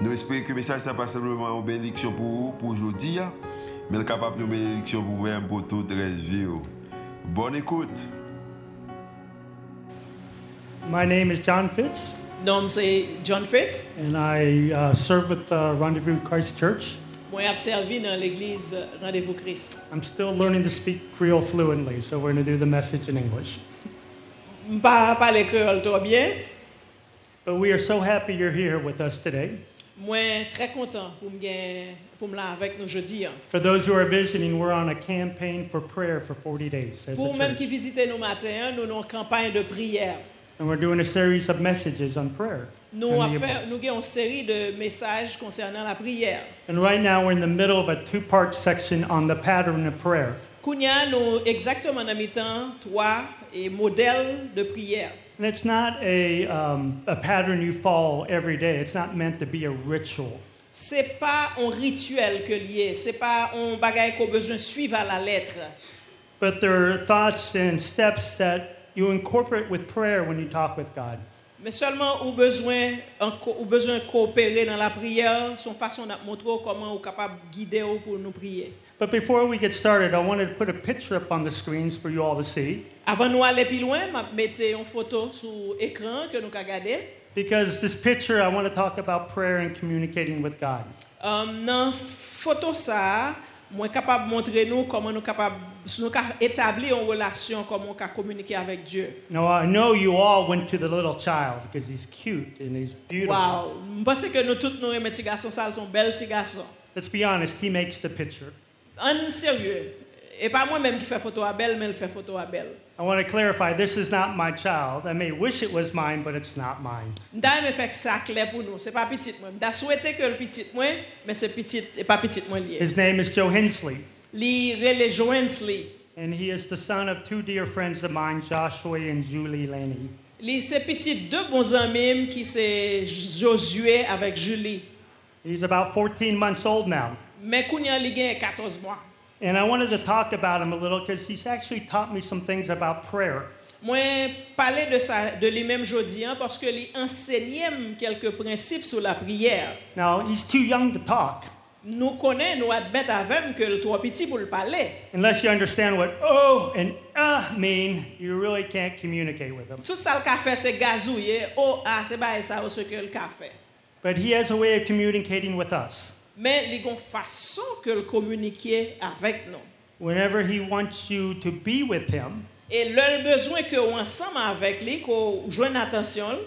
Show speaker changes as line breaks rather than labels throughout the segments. Nous espérons que le message n'est pas simplement une bénédiction pour vous, pour aujourd'hui, mais capable de bénédiction pour vous-même, pour toute la vie. Bonne écoute.
My name is John Fitz,
Nom se John Fritz.
and I uh, serve with uh, Rendezvous Christ Church.
Moi, ap servi nan l'Eglise Rendez-vous Christ.
I'm still learning to speak Creole fluently, so we're going to do the message in English.
Mpa pale kreol to bien.
But we are so happy you're here with us today.
Mwen tre kontan pou m gen pou m la avèk nou jodi an.
For those who are visioning, we're on a campaign for prayer for 40 days as
Pou
a
mèm ki
church.
vizite nou matin, an, nou nou kampanye de prière.
And we're doing a series of messages on prayer. and,
Nou a
the
fè,
importance.
nou gen yon seri de mesaj konsernan la prière.
and right now we're in the middle of a two-part section on the pattern of prayer.
Kounya nou exactement nan mitan 3 e model de prière.
And it's not a, um, a pattern you follow every day. It's not meant to be a ritual.
Se pa on rituel ke liye, se pa on bagay ko bezwen suiv a la letre.
But there are thoughts and steps that you incorporate with prayer when you talk with God.
Mais seulement ou besoin en co- ou besoin coopérer dans la prière, son façon de montrer comment ou capable de guider ou pour nous prier.
But before we get started, I wanted to put a picture up on the screens for you all to see
Avant nous aller plus loin, m'a mettez une photo sur écran que nous ka regarder.
because this picture I want to talk about prayer and communicating with God.
Um, dans photo ça, moi capable de montrer nous comment nous capable si nous ka établir une relation comment on ka communiquer avec Dieu.
Now, I know you all went to the little child because he's cute and he's beautiful.
Wow, je pense que nous tous nous aimons ces garçons ça, ils sont belles ces garçons.
Let's be honest, he makes the picture.
En sérieux, et pas moi même qui fait photo à belle, mais elle fait photo à belle.
I want to clarify this is not my child. I may wish it was mine, but it's not mine.
Nda me fèk sa kler pou nou, se pa pitit mwen. Nda souwete ke l pitit mwen, men se pitit, e pa pitit mwen liye.
His name is Joe Hensley.
Li rele Joens li.
And he is the son of two dear friends of mine, Joshua and Julie Laney.
Li se pitit de bon zanmim ki se J- Josué avèk Julie.
He's about 14 months old now.
Men kounyan li gen 14 mwa.
And I wanted to talk about him a little because he's actually taught me some things about prayer.
Mwen pale de, sa, de li mèm jodi an, paske li ensenyem kelke prinsip sou la priyer.
Now, he's too young to talk,
Nou konen nou admet avèm ke l tro piti pou l pale.
unless you understand what oh and uh mean, you really can't communicate with him.
Tout sa l ka fè se gazouye, o a, se ba e sa ou se ke l ka fè.
But he has a way of communicating with us.
Men li gon fason ke l komunikye avèk nou.
Whenever he wants you to be with him,
E lè l bezwen ke ou ansam avèk li, ko ou jwen atensyon,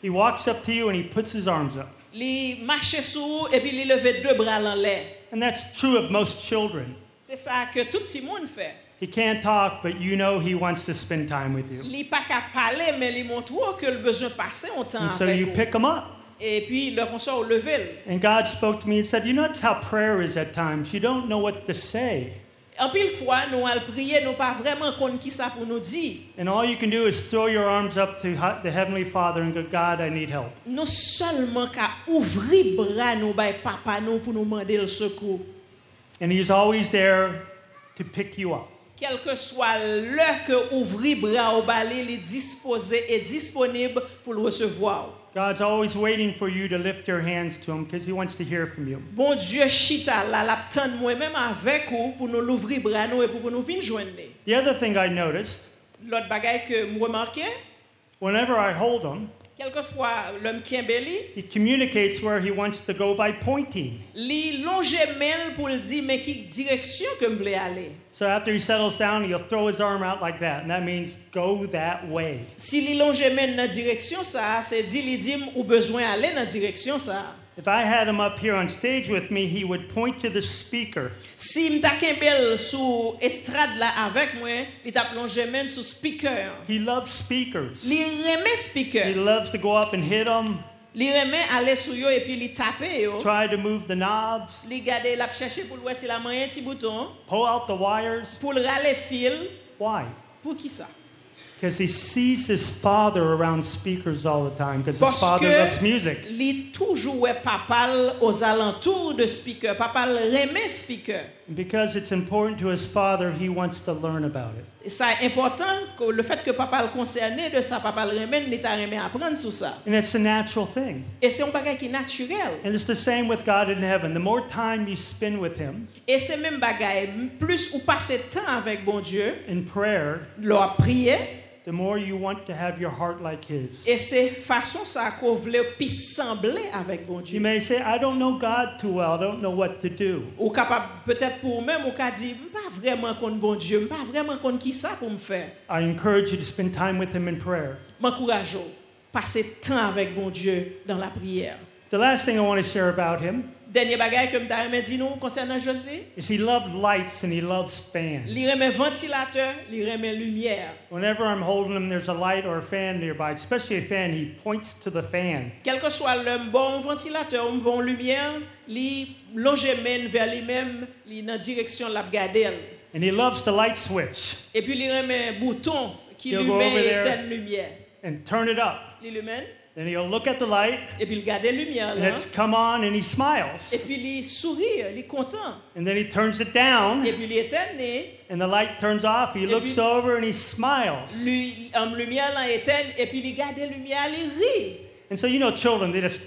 he walks up to you and he puts his arms up.
li mache sou ou, epi li leve dè bral an lè.
And that's true of most children.
Se sa ke tout ti moun fè.
He can't talk, but you know he wants to spend time with you.
Li pa ka pale, men li montrou ke l bezwen pase an tan
And so you
avèk ou.
pick him up.
E pi lè kon sa ou leve l.
And God spoke to me and said, You know, that's how prayer is at times. You don't know what to say.
An pil fwa nou al priye, nou pa vreman kon ki sa pou nou di.
And all you can do is throw your arms up to ho- the Heavenly Father and go, God, I need help.
Nou solman ka ouvri bra nou bay ben, papa nou pou nou mande l sekou.
And He's always there to pick you up.
Quel que soit l'heure que ouvri bras au balai, il est disposé et disponible pour le recevoir.
God's always waiting for you to lift your hands to Him because He wants to hear from you.
Bon Dieu, chita là, l'attend moi-même avec ou pour nous l'ouvrir bras nous et pour nous venir joindre. les.
The other thing I noticed,
L'autre bagaille que me remarqué,
whenever I hold Him,
quelquefois l'homme qui est
He communicates where He wants to go by pointing.
li longe mail pour le dire mais qui direction que me voulait aller.
So after He settles down, He'll throw His arm out like that. And that means, Go that way.
Si li longe mail dans direction ça, c'est dit li dit ou besoin aller dans direction ça.
If I had him up here on stage with me, he would point to the speaker
Si m'ta kembel sou estrade la avek mwen, li tap longe men sou speaker.
He loves speakers.
Li reme
He
speaker.
loves to go up and hit them
Li remen ale sou yo epi li tape yo.
Try to move the knobs,
Li gade l ap chache pou l wè si la manyen ti bouton.
pull out the wires.
Pou l rale fil.
Why?
Pou ki sa?
Because he sees his father around speakers all the time because his
Parce
father loves
que
music.
li toujou wè papal aux alentours de speaker. Papal remen speaker.
And because it's important to his father, he wants to learn about it.
Sa important que le fait que papal concerné de sa papal remen li ta remen apprendre sou sa.
And it's a natural thing.
Et c'est un bagay qui est naturel.
And it's the same with God in heaven. The more time you spend with him
Et c'est même bagay, plus ou passe temps avec bon Dieu,
in prayer,
leur prier,
the more you want to have your heart like his.
et c'est façon ça qu'on voulait puis sembler avec bon
You
Dieu.
may say, I don't know God too well. I don't know what to do.
Ou capable peut-être pour même ou qu'a dit pas vraiment contre bon Dieu, pas vraiment contre qui ça pour me faire.
I encourage you to spend time with him in prayer.
M'encourage passer temps avec bon Dieu dans la prière.
The last thing I want to share about him
Dernier bagay que m'ta aimé dit nous concernant José,
is he loved lights and he loves fans.
il remet ventilateur, il remet lumière.
Whenever I'm holding him, there's a light or a fan nearby, especially a fan, he points to the fan.
Quel que soit l'homme, bon ventilateur, ou bon lumière, li loge men vers lui-même, li nan direction la gadel.
And he loves the light switch
Et puis li remet un bouton qui
You'll
lui
go
met
over there.
éteint lumière.
and turn it up.
Li lumen,
Then he'll look at the light
et puis il gade lumière
and
là.
it's come on and he
Et
smiles.
puis li sourire, li content.
And then he turns it down
Et puis li éteint né,
and the light turns off. He
If
looks
you-
over and he smiles.
lui en lumière là éteint et puis li gade lumière, li rit.
And so, you know, children, they just,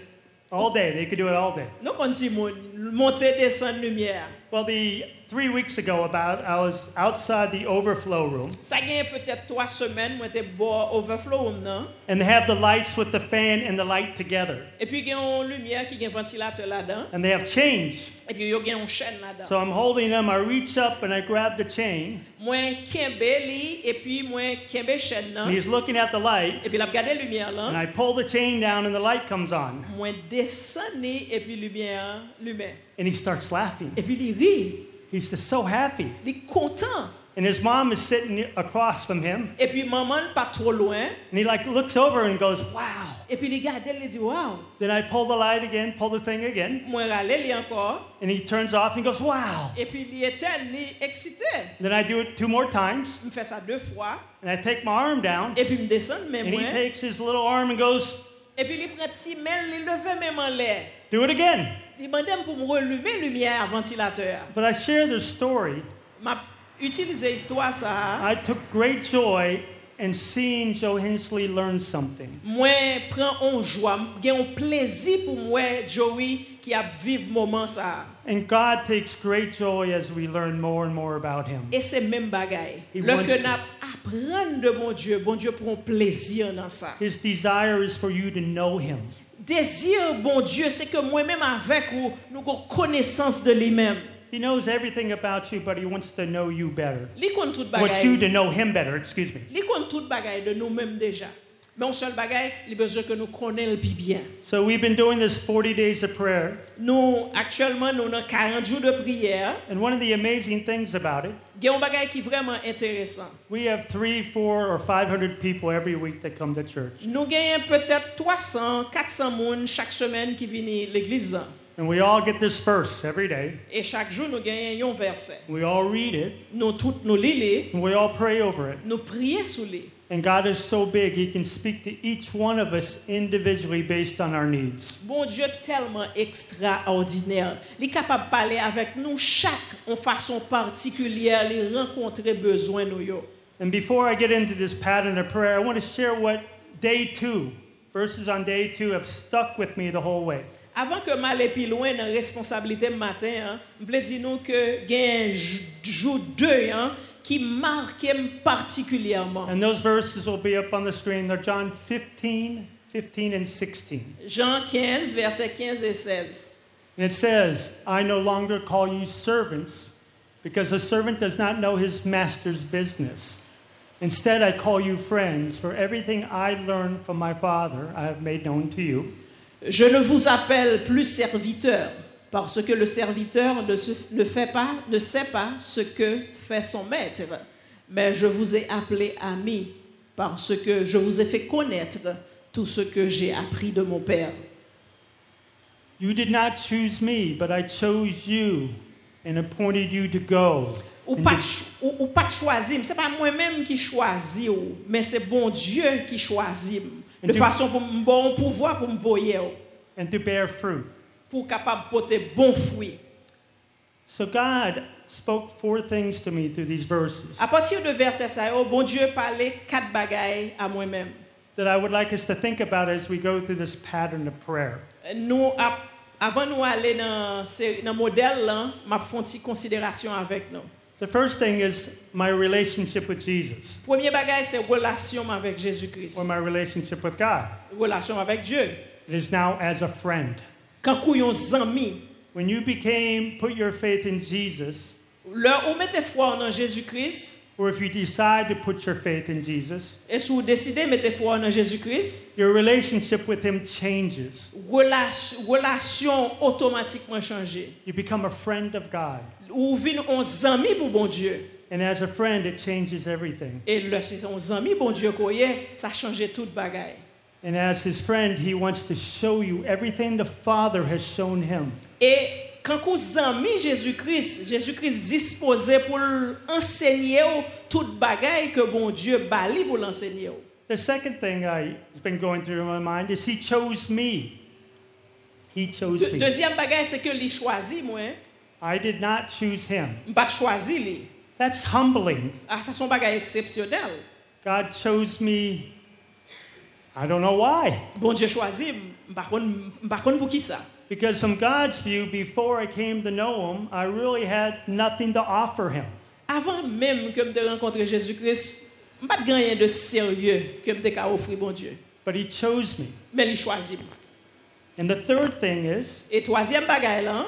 all day, they could do it all day.
Non on dit mon- monter descendre lumière.
Well, the three weeks ago, about, I was outside the overflow room
Ça gagne peut-être trois semaines, moi t'es boire overflow room, non?
and they have the lights with the fan and the light together.
Et puis gagne une lumière qui gagne ventilateur là-dedans.
And they have change.
Et puis, il y a une chaîne là-dedans.
So I'm holding them. I reach up and I grab the chain.
moi, kembe li, et puis moi, kembe chaîne là.
And he's looking at the light.
Et puis, il a regardé lumière
And
là.
I pull the chain down and the light comes on.
Moi, descend ni, et puis lumière, lumière.
And he starts laughing.
Et puis, il rit,
He's just so happy.
il est content.
And his mom is sitting across from him.
Et puis, maman, n'est pas trop loin.
And he like looks over and goes, wow.
Et puis, il regarde, il dit, waouh,
Then I pull the light again, pull the thing again.
moi, râler li encore.
And he turns off and goes, wow.
Et puis, il était ni excité.
Then I do it two more times.
Je fais ça deux fois.
And I take my arm down.
Et puis, je descends même
And he
moi.
takes his little arm and goes,
Et puis, il prend si mail, il levait même en l'air.
do it again.
Il demande pour me relumer lumière ventilateur.
But I share this story.
M'a utilisé histoire ça.
I took great joy in seeing Joe Hensley learn something.
Mwen pren on jwa, gen on plezi pou mwen Joey ki ap viv moman sa.
And God takes great joy as we learn more and more about Him.
E se men bagay.
He
Le
wants
ke
to-
nap apren de mon Diyo, bon Diyo pren plezir nan sa.
His desire is for you to know Him.
Dezir, bon Diyo, se ke mwen men avek ou nou kon konesans de li men.
He knows everything about you, but He wants to know you better.
Li kon tout
Wants you to
bagay.
know Him better, excuse me.
Li kon tout bagay de nou men deja. Men on sol bagay, li bezwe ke nou konen l pi bien.
So we've been doing this 40 days of prayer.
Nou, aktuelman nou nan 40 jou de priyer,
And one of the amazing things about it,
gen yon bagay ki vreman enteresan.
we have three, four, or 500 people every week that come to church.
Nous gagnons peut-être 300, 400 personnes chaque semaine qui viennent à l'église. là.
And we all get this verse every day.
Et chaque jour, nous gagnons un verset.
We all read it.
Nous toutes nous lisons,
And we all pray over it.
nous prions sous les.
And God is so big, He can speak to each one of us individually based on our needs.
Bon Dieu tellement extraordinaire. Il est capable de parler avec nous chaque en façon particulière, les rencontrer besoin nous. yo.
And before I get into this pattern of prayer, I want to share what day two, verses on day two, have stuck with me the whole way.
Avant que m'aller plus loin dans responsabilité matin, hein, je voulais dire nous que gagne un jou- jour 2 qui marque particulièrement.
And those verses will be up on the screen. They're John 15, 15, and 16.
Jean 15 verset 15 et 16.
And it says, I no longer call you servants, because a servant does not know his master's business. Instead, I call you friends, for everything I learned from my Father I have made known to you.
Je ne vous appelle plus serviteur, parce que le serviteur ne, se- ne fait pas, ne sait pas ce que fait son maître. Mais je vous ai appelé ami, parce que je vous ai fait connaître tout ce que j'ai appris de mon Père.
You did not choose me, but I chose you and appointed you to go.
Ou
and
pas,
to-
ch- ou, ou pas choisi, ce n'est pas moi-même qui choisis, ou, mais c'est bon Dieu qui choisit,
Et
de
tu-
façon pour me bon pouvoir pour me voyer,
and to bear fruit.
pour capable de porter bon fruit.
So God spoke four things to me through these verses
À partir de verset ça, yo, bon Dieu parlait quatre bagailles à moi-même.
that I would like us to think about as we go through this pattern of prayer.
Nous, ap- avant nous aller dans le modèle, là, m'a fait une petite considération avec nous.
The first thing is my relationship with Jesus
Premier bagage, c'est relation avec Jésus-Christ.
or my relationship with God.
Relation avec Dieu.
It is now as a friend.
Quand couillons amis,
When you became, put your faith in Jesus,
leur ou mettez foi en Jésus-Christ,
or if you decide to put your faith in Jesus,
et si vous décidez de mettre foi en Jésus-Christ,
your relationship with Him changes.
relation, relation automatiquement changée.
You become a friend of God.
Ou vin on ami pour bon Dieu.
And as a friend, it changes everything.
Et le, c'est on ami bon Dieu qu'on y est, ça change toute bagaille.
And as His friend, He wants to show you everything the Father has shown Him.
Et quand vous amis Jésus-Christ, Jésus-Christ disposé pour enseigner ou toute bagaille que bon Dieu bali pour l'enseigner. ou.
The second thing I, has been going through my mind is He chose me. He chose
De-
me.
deuxième bagaille, c'est que lui choisi, moi. hein.
I did not choose Him.
Je pas choisi lui.
That's humbling.
Ah, ça, c'est un bagaille exceptionnel.
God chose me. I don't know why.
Bon Dieu choisi, je ne sais pour qui ça.
Because from God's view, before I came to know him, I really had nothing to offer him.
Avant même que je rencontre Jésus-Christ, je pas de rien de sérieux que je offert offrir bon Dieu.
But he chose me.
Mais il choisit.
And the third thing is,
Et troisième bagaille, là, hein,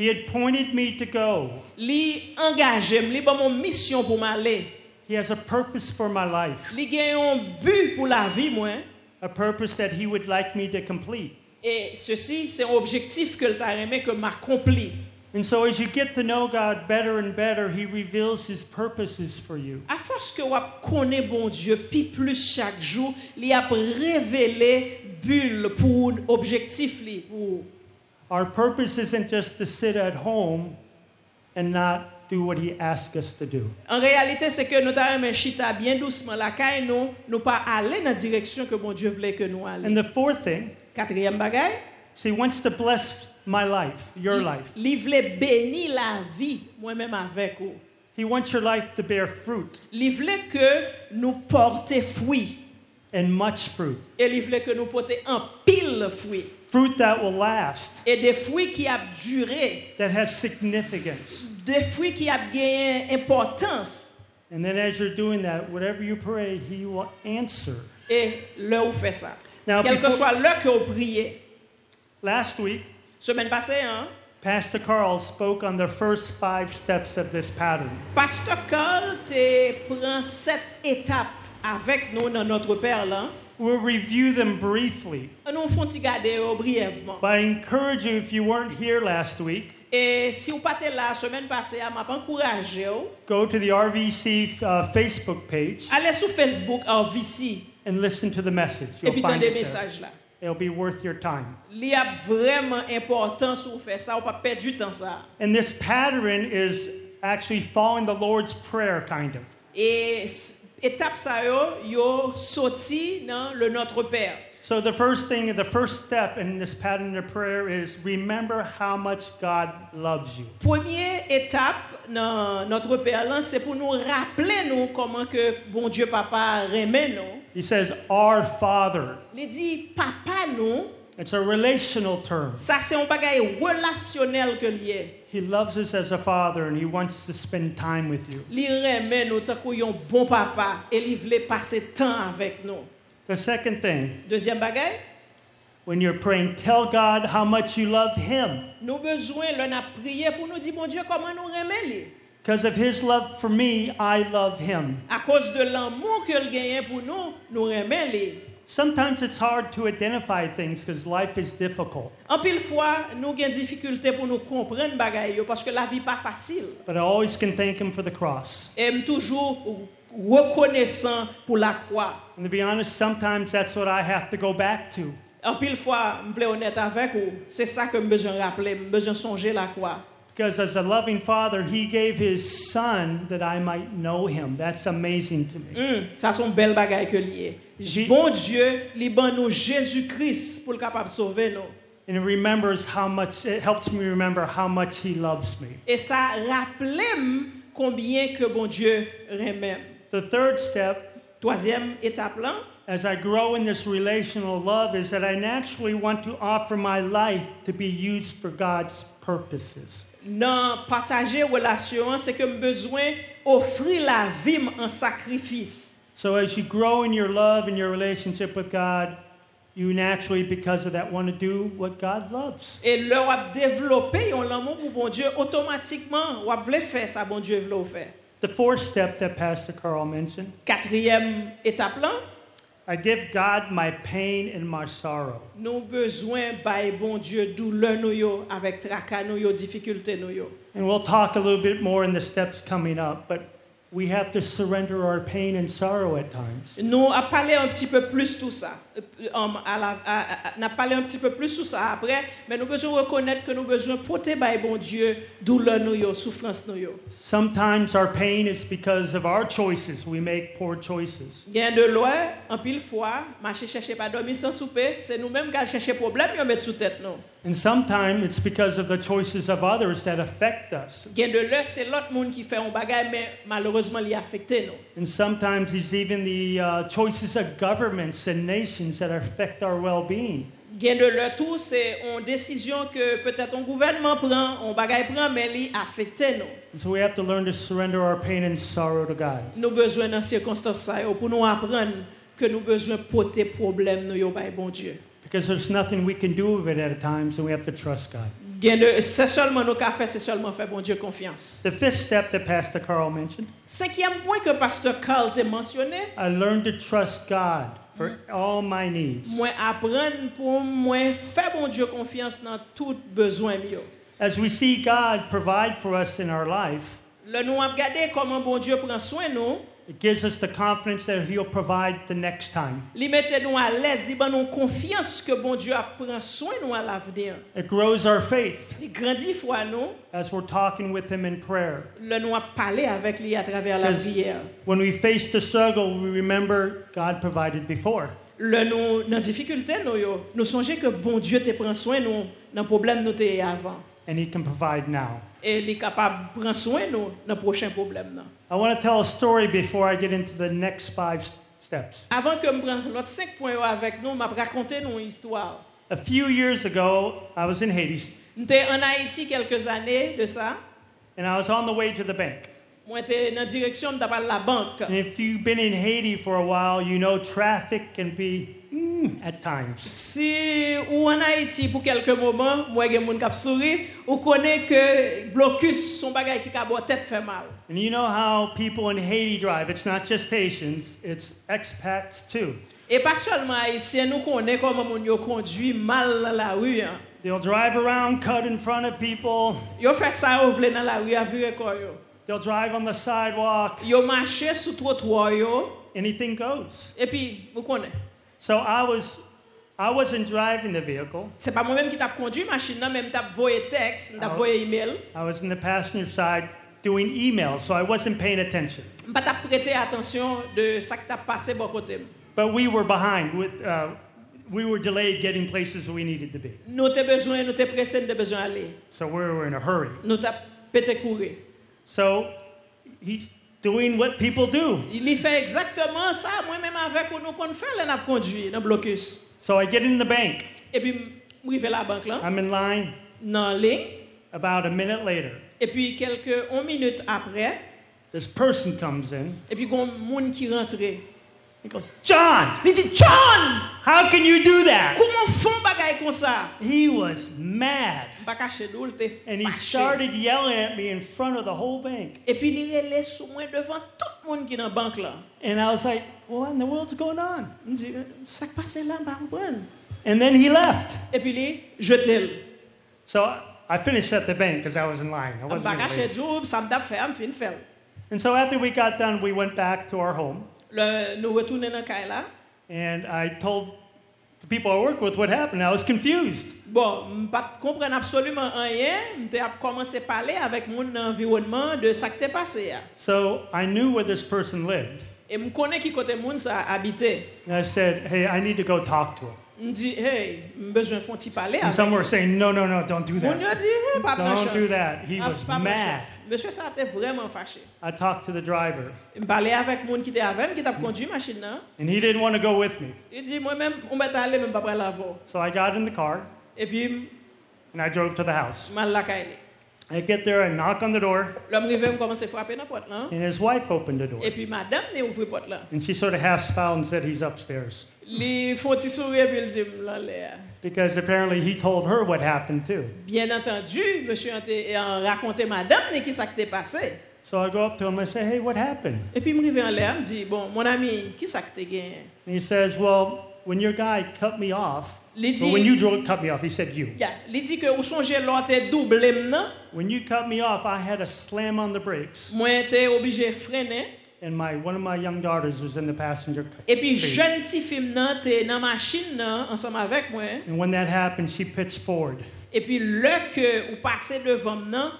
he had pointed me to go.
il engagé, il bon mon mission pour m'aller.
He has a purpose for my life,
Li gen yon but pour la vie, moi. hein.
a purpose that he would like me to complete.
Et e ceci, c'est un objectif que le t'a aimé que m'accompli.
And so as you get to know God better and better, he reveals his purposes for you.
À force que wap connaît bon Dieu, puis plus chaque jour, li a révélé bulle pour objectif li pour.
Our purpose isn't just to sit at home and not do what he asks us to do.
En réalité, c'est que nous t'a aimé chita bien doucement la caille nous, nous pas aller dans la direction que bon Dieu voulait que nous allions.
And the fourth thing,
Quatrième bagaille,
so he wants to bless my life, your life.
li vle béni la vie moi-même avec vous.
He wants your life to bear fruit
Li vle que nous porter fruit
and much fruit.
et li vle que nous porter en pile fruit.
Fruit that will last,
et des fruits qui a duré,
that has significance.
des fruits qui a gagné importance.
And then as you're doing that, whatever you pray, He will answer.
Et l'heure où fait ça.
Now,
Quelle que
before-
soit l'heure que vous priez.
Last week,
Semaine passée, hein,
Pastor Carl spoke on the first five steps of this pattern.
Pasteur Carl te prend sept étapes avec nous dans notre Père. Là.
We'll review them briefly.
Nous font y garder euh, brièvement.
But I encourage you, if you weren't here last week,
Et si vous pas été là semaine passée, je m'a encouragé. euh,
go to the RVC uh, Facebook page
Allez sur Facebook en VC
and listen to the message.
et
You'll
puis tenez
find
des
it there.
messages là.
It'll be worth your time.
Il y a vraiment important si vous faites ça, vous pas perdre du temps ça.
And this pattern is actually following the Lord's Prayer, kind of.
Et s- étape ça yo, yo sorti dans le Notre Père.
So, the first thing, the first step in this pattern of prayer is remember how much God loves you.
Première étape dans Notre Père là, c'est pour nous rappeler nous comment que bon Dieu papa remet nous.
He says, Our Father.
Il dit papa nous,
It's a relational term.
ça c'est un bagage relationnel que lié.
He loves us as a father and He wants to spend time with you.
Il remet nous tant qu'on un bon papa et il voulait passer temps avec nous.
The second thing,
Deuxième bagage,
when you're praying, tell God how much you love Him.
nous besoin l'on a prié pour nous dire bon Dieu comment nous remet lui.
Because of His love for me, I love Him.
À cause de l'amour que le gagne pour nous, nous remet lui.
Sometimes it's hard to identify things because life is difficult.
En pile fois, nous avons des difficultés pour nous comprendre bagay yo, parce que la vie n'est pas facile.
But I always can thank him for the cross.
Et m toujours reconnaissant pour la croix.
And to be honest, sometimes that's what I have to go back to.
En pile fois, je suis honnête avec vous, c'est ça que j'ai besoin de rappeler, j'ai besoin de songer la croix.
Because as a loving father, he gave his son that I might know him. That's amazing to me.
Hum, ça, c'est une belle bagaille que lié.
J'ai-
Bon Dieu, il ban nous Jésus-Christ pour le capable de sauver nous.
And it remembers how much, it helps me remember how much he loves me.
Et ça, rappelez-moi combien que bon Dieu remet.
The third step,
Troisième étape là,
as I grow in this relational love, is that I naturally want to offer my life to be used for God's purposes.
dans partager relation, c'est que j'ai besoin offrir la vie en sacrifice.
So as you grow in your love and your relationship with God, you naturally, because of that, want to do what God loves.
Et là, on a développé on l'amour pour bon Dieu, automatiquement, on a voulu faire ça, bon Dieu veut le faire.
The fourth step that Pastor Carl mentioned,
Quatrième étape là,
I give God my pain and my sorrow.
nous besoin bail bon Dieu douleur nous yo, avec tracas nous yo, difficulté nous yo.
And we'll talk a little bit more in the steps coming up, but we have to surrender our pain and sorrow at times.
Nous a parlé un petit peu plus tout ça. Euh, euh, um, à la- à- à- n'a parlé un petit peu plus tout ça après, mais nous besoin reconnaître que nous besoin porter bail bon Dieu douleur nous yo, souffrance nous yo.
Sometimes our pain is because of our choices. We make poor choices.
Gain de loi, en pile fois, marcher chercher pas dormir sans souper, c'est nous-mêmes qui allons chercher problème yo mettre sous tête nous.
And sometimes it's because of the choices of others that affect us.
Gain de l'heure, c'est l'autre monde qui fait un bagage, mais malheureusement, il a affecté nous.
And sometimes it's even the uh, choices of governments and nations that affect our well being.
Gain de l'heure, tout, c'est une décision que peut-être un gouvernement prend, un bagage prend, mais il affecté nous.
And so we have to learn to surrender our pain and sorrow to God.
Nous besoin dans circonstances ça, yo, pour nous apprendre que nous besoin porter problème nous, yo, par bon Dieu.
Because there's nothing we can do with it at times, and we have to trust God.
Gain de, c'est seulement nous qu'a fait, c'est seulement faire bon Dieu confiance.
The fifth step that Pastor Carl mentioned
Cinquième point que Pasteur Carl t'a mentionné,
I learned to trust God for all my needs.
Moi apprendre pour moi faire bon Dieu confiance dans tout besoin mieux.
As we see God provide for us in our life,
Le nous regarder comment bon Dieu prend soin de nous,
it gives us the confidence that He'll provide the next time.
il mettait nous à l'aise, il ban nous confiance que bon Dieu a prend soin de nous à l'avenir.
It grows our faith
Il grandit foi nous,
as we're talking with Him in prayer.
le nous a parlé avec lui à travers la
Because-
prière.
When we face the struggle, we remember God provided before.
Le nous dans difficulté nous yo, nous songer que bon Dieu te prend soin de nous dans problème nous t'es avant
and he can provide now.
et il est capable de prendre soin de nous dans prochain problème là.
I want to tell a story before I get into the next five s- steps.
Avant que je prenne l'autre cinq points yo avec nous, m'a raconter nous une histoire.
A few years ago, I was in Haiti
J'étais en Haïti quelques années de ça.
and I was on the way to the bank.
Moi, j'étais dans la direction de la banque.
And if you've been in Haiti for a while, you know traffic can be mm, at times.
Si ou en Haïti pour quelques moments, moi, j'ai moun kap souri, ou connaît que blocus son bagay qui kabo tête fait mal.
And you know how people in Haiti drive. It's not just Haitians, it's expats too.
Et pas seulement haïtien, nous connaît comment moun yo conduit mal dans la rue. Hein.
They'll drive around, cut in front of people,
Yo fait ça ou vle dans la rue à virer quoi yo.
they'll drive on the sidewalk.
Yo marché sous trottoir yo,
Anything goes.
et puis vous connaissez.
So I was I wasn't driving the vehicle.
C'est pas moi-même qui t'a conduit machine, non, mais t'a voyé texte, t'a
Ah ouais.
voyé email.
I was in the passenger side doing emails, so I wasn't paying attention.
Je pas prêté attention de ça qui t'a passé bon côté. m.
But we were behind. With, uh, we were delayed getting places we needed to be.
Nous t'es besoin, nous t'es pressé, nous t'es besoin aller.
So we were in a hurry.
Nous t'as pété courir.
So he's doing what people do.
Il y fait exactement ça, moi-même avec ou nous qu'on fait, là, n'a conduit dans le blocus.
So I get in the bank.
Et puis, m'arrive à la banque là,
I'm in line
dans la ligne.
about a minute later.
Et puis, quelques une minute après,
This person comes in
et puis, il y a un monde qui rentre. Il
and goes, John,
dit, John,
how can you do that?
comment font bagaille comme ça?
He was mad.
Je pas caché d'où, il était
And he
fâché.
started yelling at me in front of the whole bank.
Et puis, il relais sur moi devant tout le monde qui est dans la banque là.
And I was like, what in the world's going on?
Il me dit, ça qui passe là, bah, je ne comprends
And then he left.
Et puis, il jeté.
So I finished at the bank because I was in line. I
Je
wasn't
pas
even
caché
late.
d'où, ça me t'a fait, je me faire.
And so after we got done, we went back to our home,
Le, nous retournons dans la là.
and I told the people I work with what happened. I was confused.
Bon, m pa t kompren absolument rien, m te ap komanse pale avèk moun nan environnement de sa k te pase ya.
So I knew where this person lived.
E m konen ki kote moun sa habite.
And I said, hey, I need to go talk to him.
M di, hey, m bezwen fon ti pale
And
avèk.
some were saying, no, no, no, don't do
Moun yo
that.
di, hey, pa pran
Don't
chans.
do that. He
Ah,
was
pa pran
mad.
chans. Monsieur sa te vreman fache.
I talked to the driver,
M pale avèk moun ki te avèm, ki tap kondu machin nan.
and he didn't want to go with me.
E di, mwen mèm, ou mèt ale, mèm pa pran lavo.
So I got in the car,
E pi,
and I drove to the house.
mal lakay li.
I get there, I knock on the door,
Lòm rive m komanse frape nan pot lan.
and his wife opened the
E
door.
pi, madame ne ouvri pot lan.
And she sort of half smiled and said, he's upstairs.
Li fon ti soure, pi li di, m lan le a.
Because apparently he told her what happened too.
Bien entendu, monsieur an, te- an raconté madame ne ki sa ki te pase.
So I go up to him, I say, hey, what happened?
E pi m rive an le a, m di, bon, mon ami, ki sa ki te gen?
And he says, well, when your guy cut me off,
Li
but when you
di,
drove, cut me off, he said you.
ya, li di ke ou sonje lò te double m nan,
When you cut me off, I had a slam on the brakes,
mwen te oblige frene.
and my one of my young daughters was in the passenger c-
E pi
seat.
jen ti film nan, te nan machin nan, ansam avek mwen.
And when that happened, she pitched forward.
E pi lè ke ou pase devan m nan,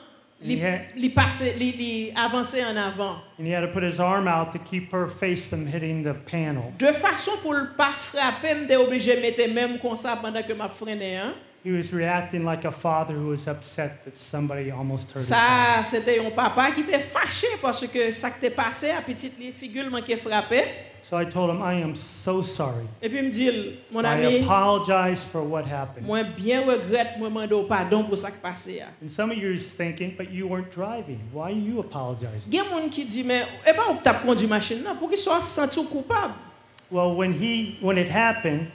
li,
Yeah.
li, pase, li, li avanse an avan.
And he had to put his arm out to keep her face from hitting the panel.
De fason pou l pa frape, m te oblige mette mèm kon sa pandan ke m ap frene an.
He was reacting like a father who was upset that somebody almost hurt his son.
Sa, sete yon papa ki te fache paske sa ki te pase apetit li figulman ki frape.
So I told him, I am so sorry.
Epi m dil, mon
I
ami,
apologize for what happened.
mwen bien regret mwen mande ou padon pou sa ki pase ya.
And some of you is thinking, but you weren't driving. Why are you apologizing?
Gen moun ki di, men, e pa ou ki tap kondi machin nan, pou ki so senti ou koupab.
Well, when he when it happened,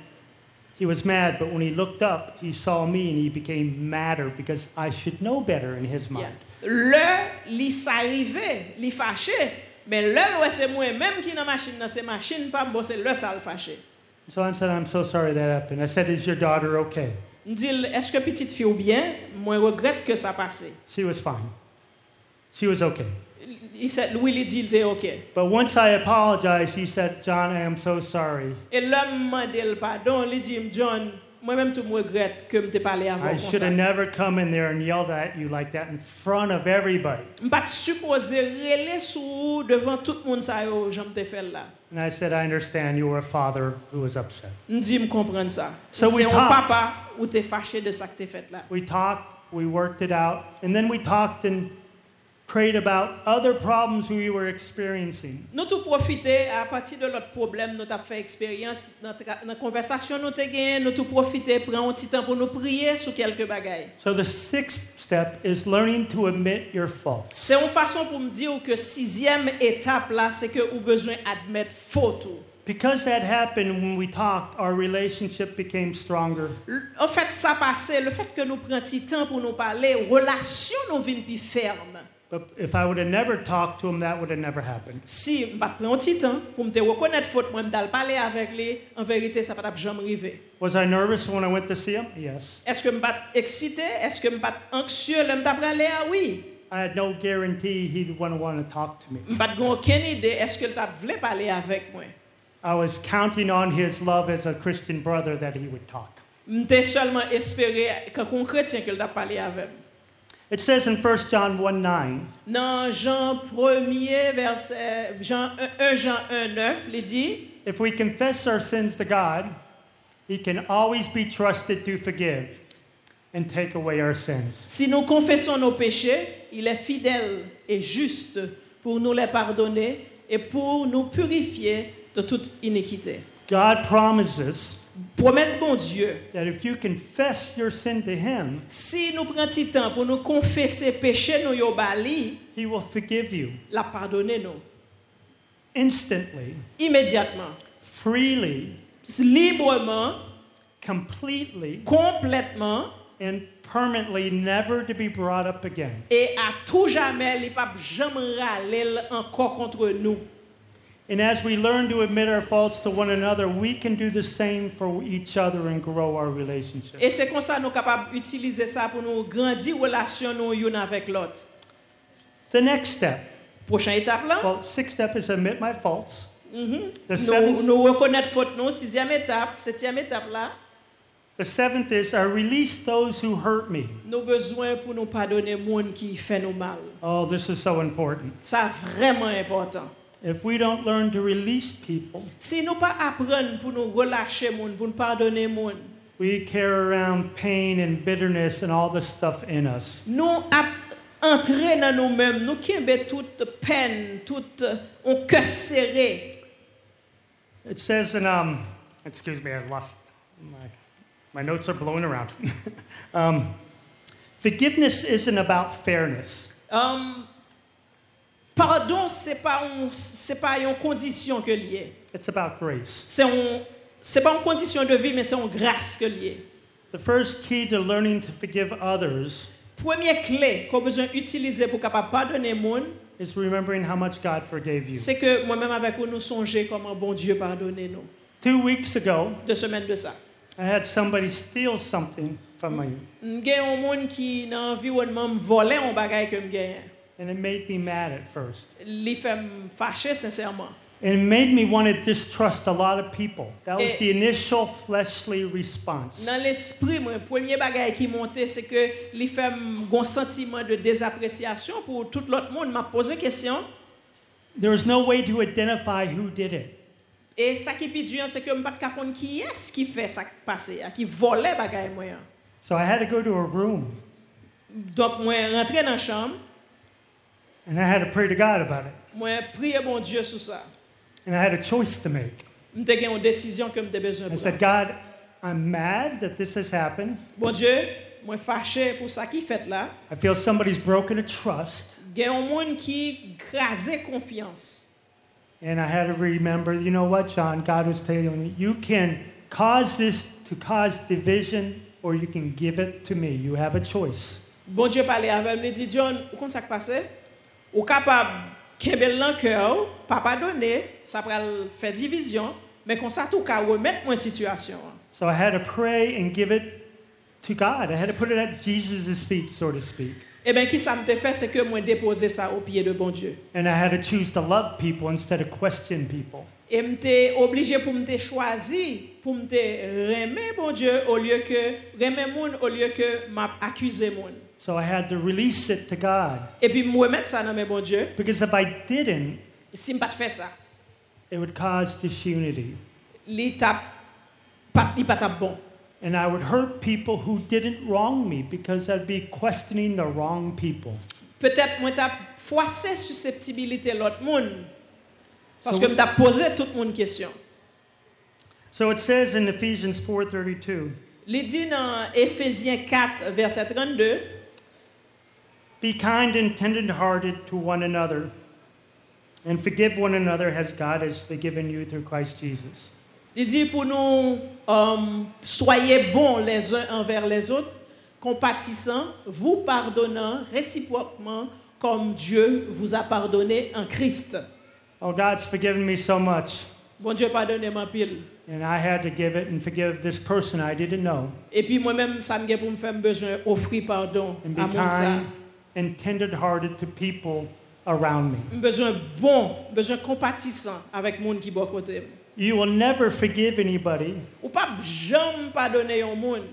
he was mad, but when he looked up, he saw me and he became madder because I should know better in his mind.
Ya. Le, li s'arive, li fache, men le lwe se mwen, menm ki nan machin nan, se machin pa mbo, se le sa l fache.
So I said, I'm so sorry that happened. I said, Is your daughter okay?
M dil, eske pitit fi ou bien, mwen regret ke sa pase.
She was fine. She was okay.
Il se, Louis li di, te ok.
But once I apologized, he said, John, I am so sorry.
E l'homme m'a dit le pardon, il dit, John, moi-même, tout me regrette que je t'ai parlé avant.
I
comme
should
ça.
have never come in there and yelled at you like that in front of everybody.
Je ne pas supposé relayer sous vous devant tout le monde, ça, yo, j'aime te faire là.
And I said, I understand you were a father who was upset.
Je dis, je comprends ça.
So we
C'est mon
talk.
papa ou t'es fâché de ça que t'es fait là.
We talked, we worked it out, and then we talked and prayed about other problems we were experiencing.
Nous tout profiter à partir de l'autre problème, nous avons fait expérience dans tra- dans la conversation nous avons gagné, nous tout profiter, prendre un petit temps pour nous prier sur quelques bagailles.
So the sixth step is learning to admit your faults.
C'est une façon pour me dire que sixième étape là, c'est que vous besoin admettre faute. ou.
Because that happened when we talked, our relationship became stronger.
L- En fait, ça passait. Le fait que nous prenions du temps pour nous parler, relation nous vient plus ferme.
But if I would have never talked to him, that would have never happened.
Si je prends un petit temps pour me te reconnaître faute, moi, je vais parler avec lui, en vérité, ça ne va pas jamais arriver.
Was I nervous when I went to see him? Yes.
Est-ce que je vais excité? Est-ce que je vais anxieux? Je vais parler à oui.
I had no guarantee he'd want to want to talk to me.
Je n'ai aucune idée. Est-ce que tu voulais parler avec moi?
I was counting on his love as a Christian brother that he would talk.
Je seulement espéré qu'un chrétien que t'a parlé avec. moi.
It says in 1 John 1 9,
Dans Jean 1er, verset, Jean 1, 1 Jean 1, 9, il dit
if we confess our sins to God, he can always be trusted to forgive and take away our sins.
Si nous confessons nos péchés, il est fidèle et juste pour nous les pardonner et pour nous purifier de toute iniquité.
God promises
Promesse bon Dieu,
that if you confess your sin to him,
si nous prenons du temps pour nous confesser péchés nous yo bali,
he will forgive you
la pardonner nous
instantly,
immédiatement,
freely,
librement,
completely,
complètement
and permanently, never to be brought up again.
et à tout jamais, il pas jamais râler encore contre nous.
And as we learn to admit our faults to one another, we can do the same for each other and grow our relationship.
Et c'est comme ça nous sommes capables d'utiliser ça pour nous grandir relation nous une avec l'autre.
The next step,
Prochaine étape là,
well, sixth step is admit my faults.
Mhm.
The
Nous,
seventh,
nous reconnaître faute, nous, sixième étape, septième étape là,
the seventh is I release those who hurt me.
nous besoin pour nous pardonner monde qui fait nous mal.
Oh, this is so important.
Ça vraiment important.
If we don't learn to release people,
Si nous pas apprendre pour nous relâcher monde, pour nous pardonner monde,
we carry around pain and bitterness and all this stuff in us.
nous ap- entrer dans nous-mêmes, nous qui avons toute peine, toute euh, on cœur serré.
It says in, um, excuse me, I lost my, my notes are blowing around. um, forgiveness isn't about fairness.
Hum, Um, pardon, c'est pas un- c'est pas une condition que lié.
It's about grace.
C'est un c'est pas une condition de vie, mais c'est une grâce que lié.
The first key to learning to forgive others
Première clé qu'on besoin utiliser pour capable pardonner monde,
is remembering how much God forgave you.
c'est que moi-même avec vous nous songer comment bon Dieu pardonner nous.
Two weeks ago,
Deux semaines de ça.
I had somebody steal something from me,
J'ai un monde qui dans environnement me volait un bagage que me gagne.
and it made me mad at first.
Li fait me fâcher sincèrement.
It made me want to distrust a lot of people. That was
Eh.
the initial fleshly response.
Dans l'esprit, mon premier bagage qui montait, c'est que li fait un sentiment de désappréciation pour tout l'autre monde. M'a posé question.
There was no way to identify who did it.
Et ça qui est plus dur, c'est que je ne sais pas qui est-ce qui fait ça passer, qui volait bagage moi. hein.
So I had to go to a room
Donc, moi, rentrer dans la chambre,
and I had to pray to God about it.
moi, prier mon Dieu sur ça.
And I had a choice to make.
Je me une décision que je besoin
I
pour
said, God, I'm mad that this has happened.
Bon Dieu, moi fâché pour ça qui fait là.
I feel somebody's broken a trust.
Il y a un monde qui crasait confiance.
And I had to remember, you know what, John, God was telling me, you can cause this to cause division or you can give it to me. You have a choice.
Bon Dieu parlait avec lui, il dit John, comment ça passé Ou capable kembel dans cœur, pas pardonner, ça pral faire division, mais comme ça tout cas remettre moi en situation.
So I had to pray and give it to God. I had to put it at Jesus' feet, so to speak.
Eh bien, qui ça me fait, c'est que moi déposer ça au pied de bon Dieu.
And I had to choose to love people instead of question people.
Et m'étais obligé pour m'étais choisi, pour m'étais remer bon Dieu au lieu que remer monde au lieu que m'accuser monde.
So I had to release it to God.
Et puis me remettre ça dans mes bon Dieu.
Because if I didn't,
Si je ne fais ça,
it would cause disunity.
l'étape n'est pas ta bon.
And I would hurt people who didn't wrong me because I'd be questioning the wrong people.
Peut-être que je froissé susceptibilité de l'autre monde. Parce
So-
que je t'ai posé toute mon question.
So it says in Ephesians 4:32,
Il dit dans Éphésiens 4, verset 32,
"Be kind and tenderhearted to one another, and forgive one another as God has forgiven you through Christ Jesus."
il dit pour nous, euh, soyez bons les uns envers les autres, compatissants, vous pardonnant réciproquement comme Dieu vous a pardonné en Christ.
Oh, God's forgiven me so much,
Bon Dieu, pardonnez-moi pile.
and I had to give it and forgive this person I didn't know,
Et puis moi-même, ça me gagne pour me faire besoin offrir pardon
and be
à mon ça.
kind and tenderhearted to people around me.
J'ai besoin bon, besoin compatissant avec monde qui bon côté.
You will never forgive anybody
Ou pas jamais pardonner au monde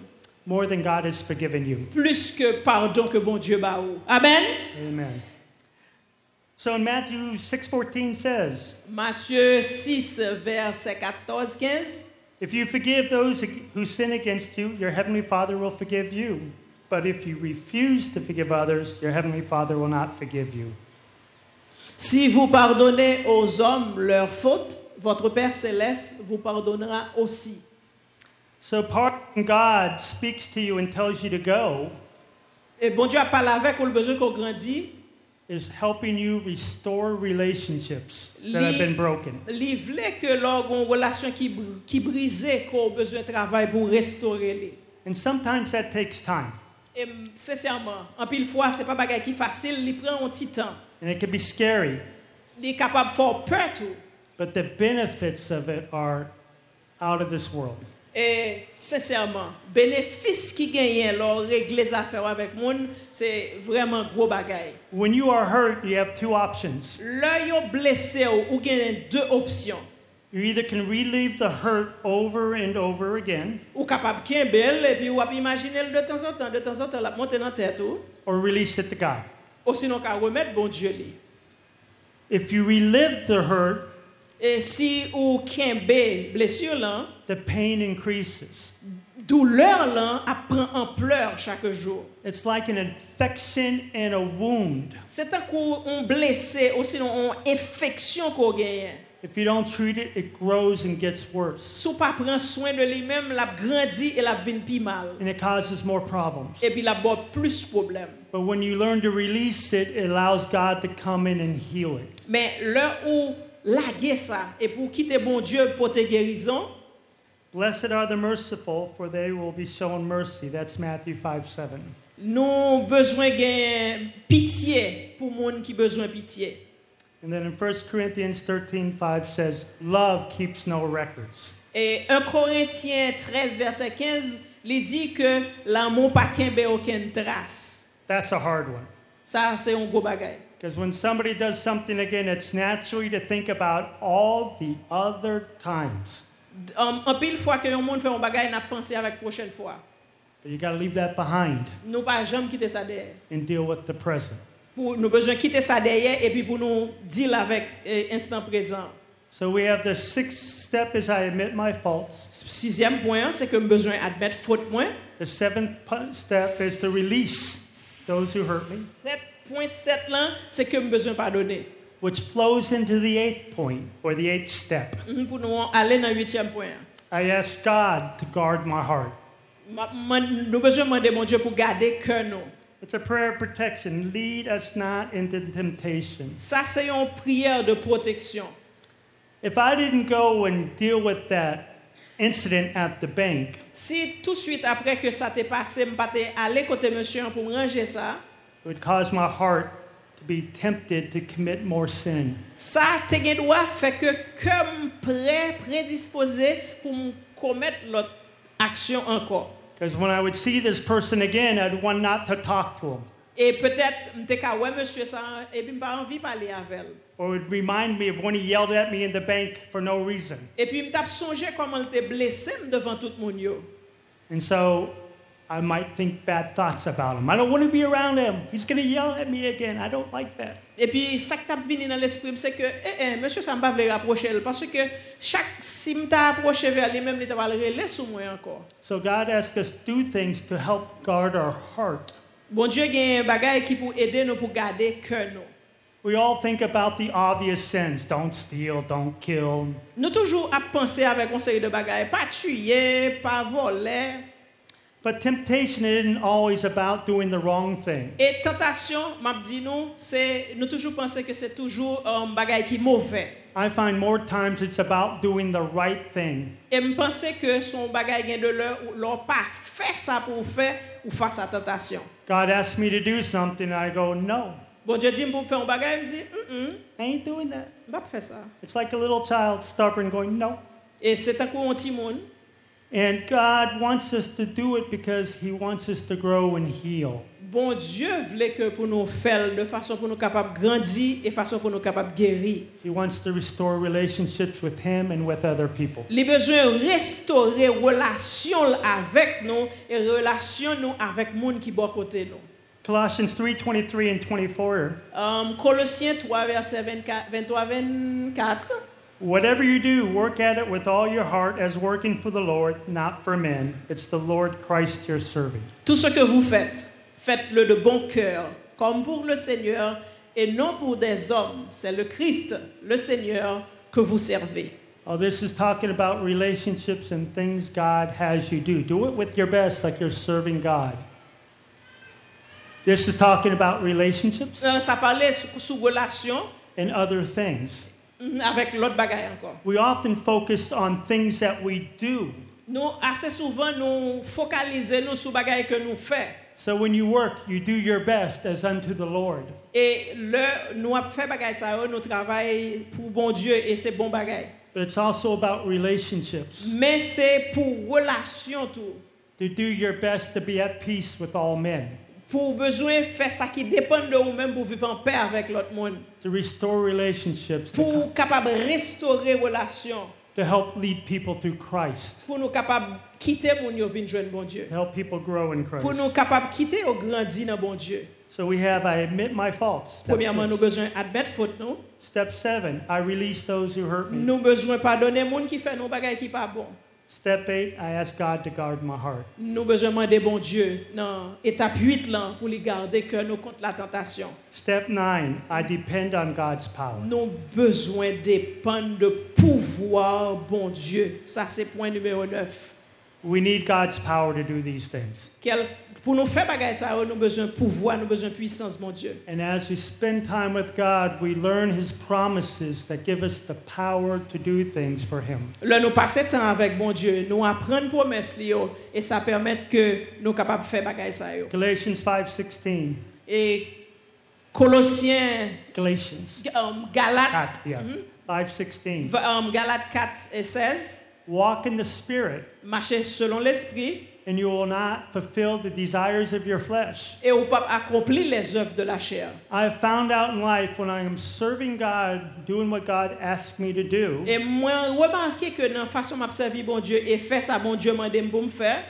more than God has forgiven you.
plus que pardon que bon Dieu ba ou. Amen.
Amen. So in Matthew 6:14 says,
Matthieu 6 verset 14 15.
If you forgive those who sin against you, your heavenly Father will forgive you. But if you refuse to forgive others, your heavenly Father will not forgive you.
Si vous pardonnez aux hommes leurs fautes, votre Père céleste vous pardonnera aussi.
So, pardon God speaks to you and tells you to go
Et bon Dieu a parlé avec ou le besoin qu'on grandit,
is helping you restore relationships that have been
Li-
broken.
Li vle ke lor gon relasyon ki, br- ki brize ko ou bezwen travay pou restore li.
And sometimes that takes time,
E m- sensèrman, an pil fwa se pa bagay ki fasil, li pren an ti tan.
and it can be scary,
Li kapab fò pè tou.
but the benefits of it are out of this world.
Et sincèrement, bénéfice qui gagne lors régler les affaires avec moun, c'est vraiment gros bagaille.
When you are hurt, you have two options.
L'œil au blessé ou, ou gagne deux options.
You either can relive the hurt over and over again,
Ou capable belle et puis ou ap imaginer de temps en temps, de temps en temps la monter dans tête ou,
or release it to God.
ou sinon qu'à remettre bon Dieu li.
If you relive the hurt,
Et si ou kembe blessure là,
the pain increases.
douleur là apprend ampleur chaque jour.
It's like an infection and a wound.
C'est un coup on blessé ou sinon on infection qu'on gagne.
If you don't treat it, it grows and gets worse,
Sou pa pran soin de lui-même, l'a grandi et l'a vin pi mal.
and it causes more problems.
Et puis l'a bo plus problème.
But when you learn to release it, it allows God to come in and heal it.
Mais l'heure où lage ça et pour quitter bon Dieu pour te guérison,
Blessed are the merciful, for they will be shown mercy. That's Matthew 5 7.
nous besoin gain pitié pour monde qui besoin pitié.
And then in 1 Corinthians thirteen five says, Love keeps no records.
Et 1 Corinthiens 13 verset 15, il dit que l'amour pas kembe aucune trace.
That's a hard one.
Ça c'est un gros bagage.
Because when somebody does something again, it's naturally to think about all the other times.
Um, en pile fois que un monde fait un bagage, n'a pensé avec prochaine fois.
But you got to leave that behind
Nous pas jamais quitter ça derrière.
and deal with the present.
pour nous besoin quitter ça derrière et puis pour nous deal avec eh, instant présent.
So we have the sixth step is I admit my faults.
Sixième point, c'est que nous besoin admettre faute moins.
The seventh pu- step is to release those who hurt me,
7.7 là, c'est que nous besoin pardonner.
which flows into the eighth point or the eighth step.
Mhm, Pour nous aller dans le huitième point.
I ask God to guard my heart.
Ma- ma- Nous besoin demander mon Dieu pour garder que nous.
It's a prayer of protection. Lead us not into temptation.
Ça, c'est une prière de protection.
If I didn't go and deal with that incident at the bank,
Si tout de suite après que ça t'est passé, je suis aller côté monsieur pour ranger ça,
it would cause my heart to be tempted to commit more sin.
Ça, te gen droit fait que comme prêt, prédisposé pour me commettre l'autre action encore.
Because when I would see this person again, I'd want not to talk to him.
Et peut-être, m'te ka ouais monsieur ça, et puis m'pas envie parler avec elle.
Or it would remind me of when he yelled at me in the bank for no reason.
Et puis m'tap songé comment elle te blessé m devant tout le monde.
And so I might think bad thoughts about him. I don't want to be around him. He's going to yell at me again. I don't like that.
Et puis, ça qui t'a venu dans l'esprit, m, c'est que, eh, eh, monsieur ça m'pas voulu rapprocher elle, parce que chaque, si m't'a approché vers lui, même il t'a relais sur moi encore.
So God asks us to do things to help guard our heart.
Bon Dieu, gagne un bagage qui pour aider nous pour garder que nous.
We all think about the obvious sins don't steal, don't kill.
Nous toujours à penser avec un série de bagages, pas tuer, pas voler.
But temptation isn't always about doing the wrong thing.
Et tentation, m'a dit nous, c'est nous toujours penser que c'est toujours un bagage qui est mauvais.
I find more times it's about doing the right thing.
Et me penser que son bagage gain de l'heure ou l'on pas fait ça pour faire ou face à tentation.
God asks me to do something, and I go, no,
Bon Dieu dit pour faire un bagage, il me dit hum
I ain't doing that.
hum, pas faire ça.
It's like a little child stubborn going, no.
Et c'est un coup un petit monde.
And God wants us to do it because He wants us to grow and heal.
Bon Dieu voulait que pour nous faire de façon pour nous capables grandir et façon pour nous capables guérir.
He wants to restore relationships with Him and with other people.
Les besoins restaurer relation avec nous et relation nous avec monde qui bon côté nous.
Colossians 3 23 and 24.
Um, Colossiens 3 verset 24 23 24.
Whatever you do, work at it with all your heart as working for the Lord, not for men. It's the Lord Christ you're serving.
Tout ce que vous faites, faites-le de bon cœur, comme pour le Seigneur et non pour des hommes. C'est le Christ, le Seigneur que vous servez.
Oh, this is talking about relationships and things God has you do. Do it with your best, like you're serving God. This is talking about relationships
Euh, ça parlait sous, sous relation
and other things.
mm, avec l'autre bagaille encore.
We often focus on things that we do.
Nous assez souvent nous focaliser nous sur bagaille que nous faisons.
So when you work, you do your best as unto the Lord.
euh, Et le, nous avons fait bagay ça, yo, nous travaillons pour bon Dieu et c'est bon bagay.
but it's also about relationships.
mais c'est pour relation tout.
To do your best to be at peace with all men,
Pour besoin faire ça qui dépend de vous-même pour vivre en paix avec l'autre monde.
to restore relationships, to, co-
Pour capable restaurer relation,
to help lead people through Christ,
pour nous capable quitter mon yo vinn joindre bon Dieu.
to help people grow in
Pour nous
Christ.
capable quitter au grandir dans bon Dieu.
So we have I admit my faults. Step,
Premièrement, nous
six.
besoin admettre faute nous.
Step seven, I release those who hurt me.
Nous besoin pardonner monde qui fait nos bagages qui pas bon.
Step eight, I ask God to guard my heart.
Nous besoin demander bon Dieu dans étape 8 là pour les garder que nous contre la tentation.
Step nine, I depend on God's power.
Nous besoin dépendre de pouvoir bon Dieu. Ça c'est point numéro 9.
We need God's power to do these things.
Quel- pour nous faire bagaille ça, nous besoin pouvoir, nous besoin puissance, mon Dieu.
And as we spend time with God, we learn His promises that give us the power to do things for Him.
Là, nous passons temps avec mon Dieu, nous apprenons promesse li yo, et ça permet que nous capables de faire bagaille ça. yo.
Galatians 5:16.
Et Colossiens,
Galatians.
um, Galate,
Ah, yeah.
Mhm.
5:16.
va- um, Galate 4 et 16,
Walk in the Spirit,
marchez selon l'esprit,
and you will not fulfill the desires of your flesh.
et au pape accomplir les œuvres de la chair.
I have found out in life when I am serving God, doing what God asks me to do,
Et moi, remarquez que dans la façon de servi bon Dieu, et faire ça, bon Dieu m'a demandé pour me faire,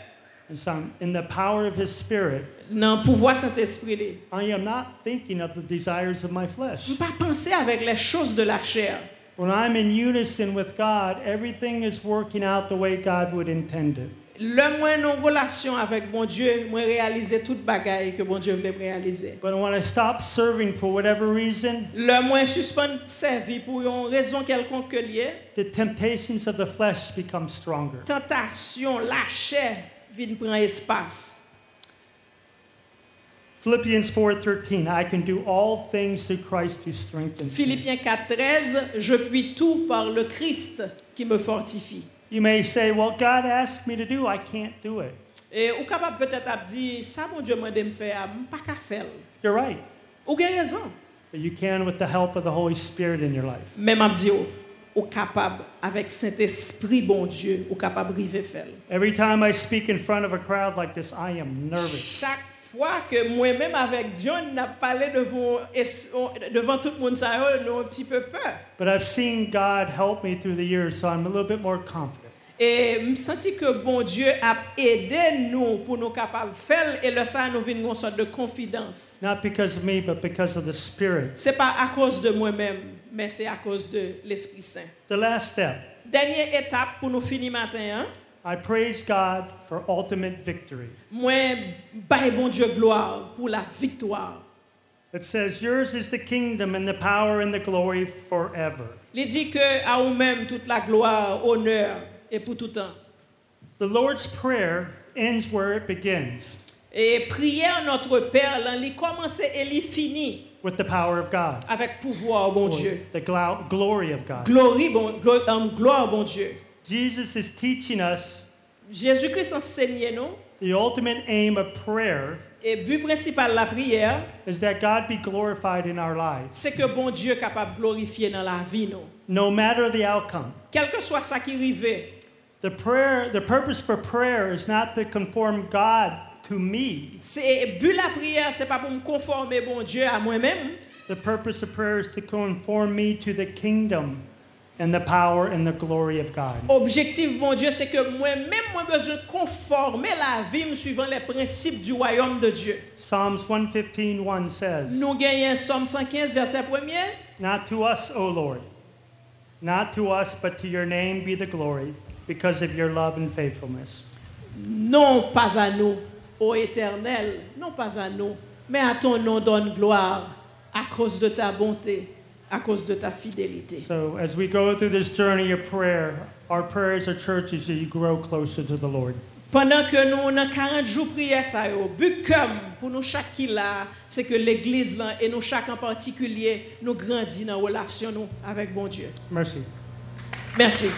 and so I'm in the power of His Spirit,
dans le pouvoir Saint-Esprit. li.
I am not thinking of the desires of my flesh.
Je ne pas penser avec les choses de la chair.
When I'm in unison with God, everything is working out the way God would intend it.
Le moins en relation avec mon Dieu, moi réaliser toute bagaille que mon Dieu voulait me réaliser.
But when I stop serving for whatever reason,
Le moins suspendre servi pour une raison quelconque que liée,
the temptations of the flesh become stronger.
tentation, la chair vient prendre espace.
Philippians 4:13, I can do all things through Christ who strengthens me.
Philippiens 4:13, je puis tout par le Christ qui me fortifie.
You may say, "Well, God asked me to do, I can't do it."
Et E ou capable peut-être à dire ça mon Dieu m'a demandé de me faire, je pas qu'à faire.
You're right,
Ou avez raison.
but you can with the help of the Holy Spirit in your life.
Mais m'a dit ou, ou capable avec Saint-Esprit bon Dieu, ou capable river faire.
Every time I speak in front of a crowd like this, I am nervous.
Chaque fois que moi-même avec Dieu, on a parlé devant, es- on- devant tout le monde, ça a eu un petit peu peur.
But I've seen God help me through the years, so I'm a little bit more confident.
Et je E senti que bon Dieu a aidé nous pour nous capables de faire et le ça nous vient une sorte de confidence.
Not because of me, but because of the Spirit.
Ce n'est pas à cause de moi-même, mais c'est à cause de l'Esprit Saint.
The last step
Dernière étape pour nous finir matin, hein?
I praise God for ultimate victory.
moi, bye bon Dieu gloire pour la victoire.
It says, Yours is the kingdom and the power and the glory forever.
Il dit que à vous-même toute la gloire, honneur et pour tout temps.
The Lord's Prayer ends where it begins
Et prière notre Père, là, il commence et il finit
with the power of God,
avec pouvoir, bon
or
Dieu.
the glo- glory of God.
Glorie, bon, glo- euh, gloire, bon Dieu.
Jesus is teaching us
Jésus-Christ enseignait nous,
the ultimate aim of prayer
et but principal de la prière,
is that God be glorified in our lives,
c'est que bon Dieu est capable de glorifier dans la vie, nous.
no matter the outcome.
Quel que soit ça qui arrive,
The prayer, the purpose for prayer is not to conform God to me.
c'est but de la prière, c'est pas pour me conformer, bon Dieu, à moi-même,
The purpose of prayer is to conform me to the kingdom and the power and the glory of God.
Objectif, bon Dieu, c'est que moi-même, moi, besoin de conformer la vie me suivant les principes du royaume de Dieu.
Psalms 115:1 says,
Nous gagnons Somme 115, verset 1er.
"Not to us, O Lord, not to us, but to your name be the glory, because of your love and faithfulness."
Non pas à nous, ô Éternel, non pas à nous, mais à ton nom donne gloire, à cause de ta bonté, à cause de ta fidélité.
So, as we go through this journey of prayer, our prayers as a church is that you grow closer to the Lord.
Pendant que nous, on a 40 jours prière ça yo, but comme pour nous chaque qui là, c'est que l'église là, et nous chaque en particulier, nous grandissons dans la relation nous avec bon Dieu.
Mercy.
Merci.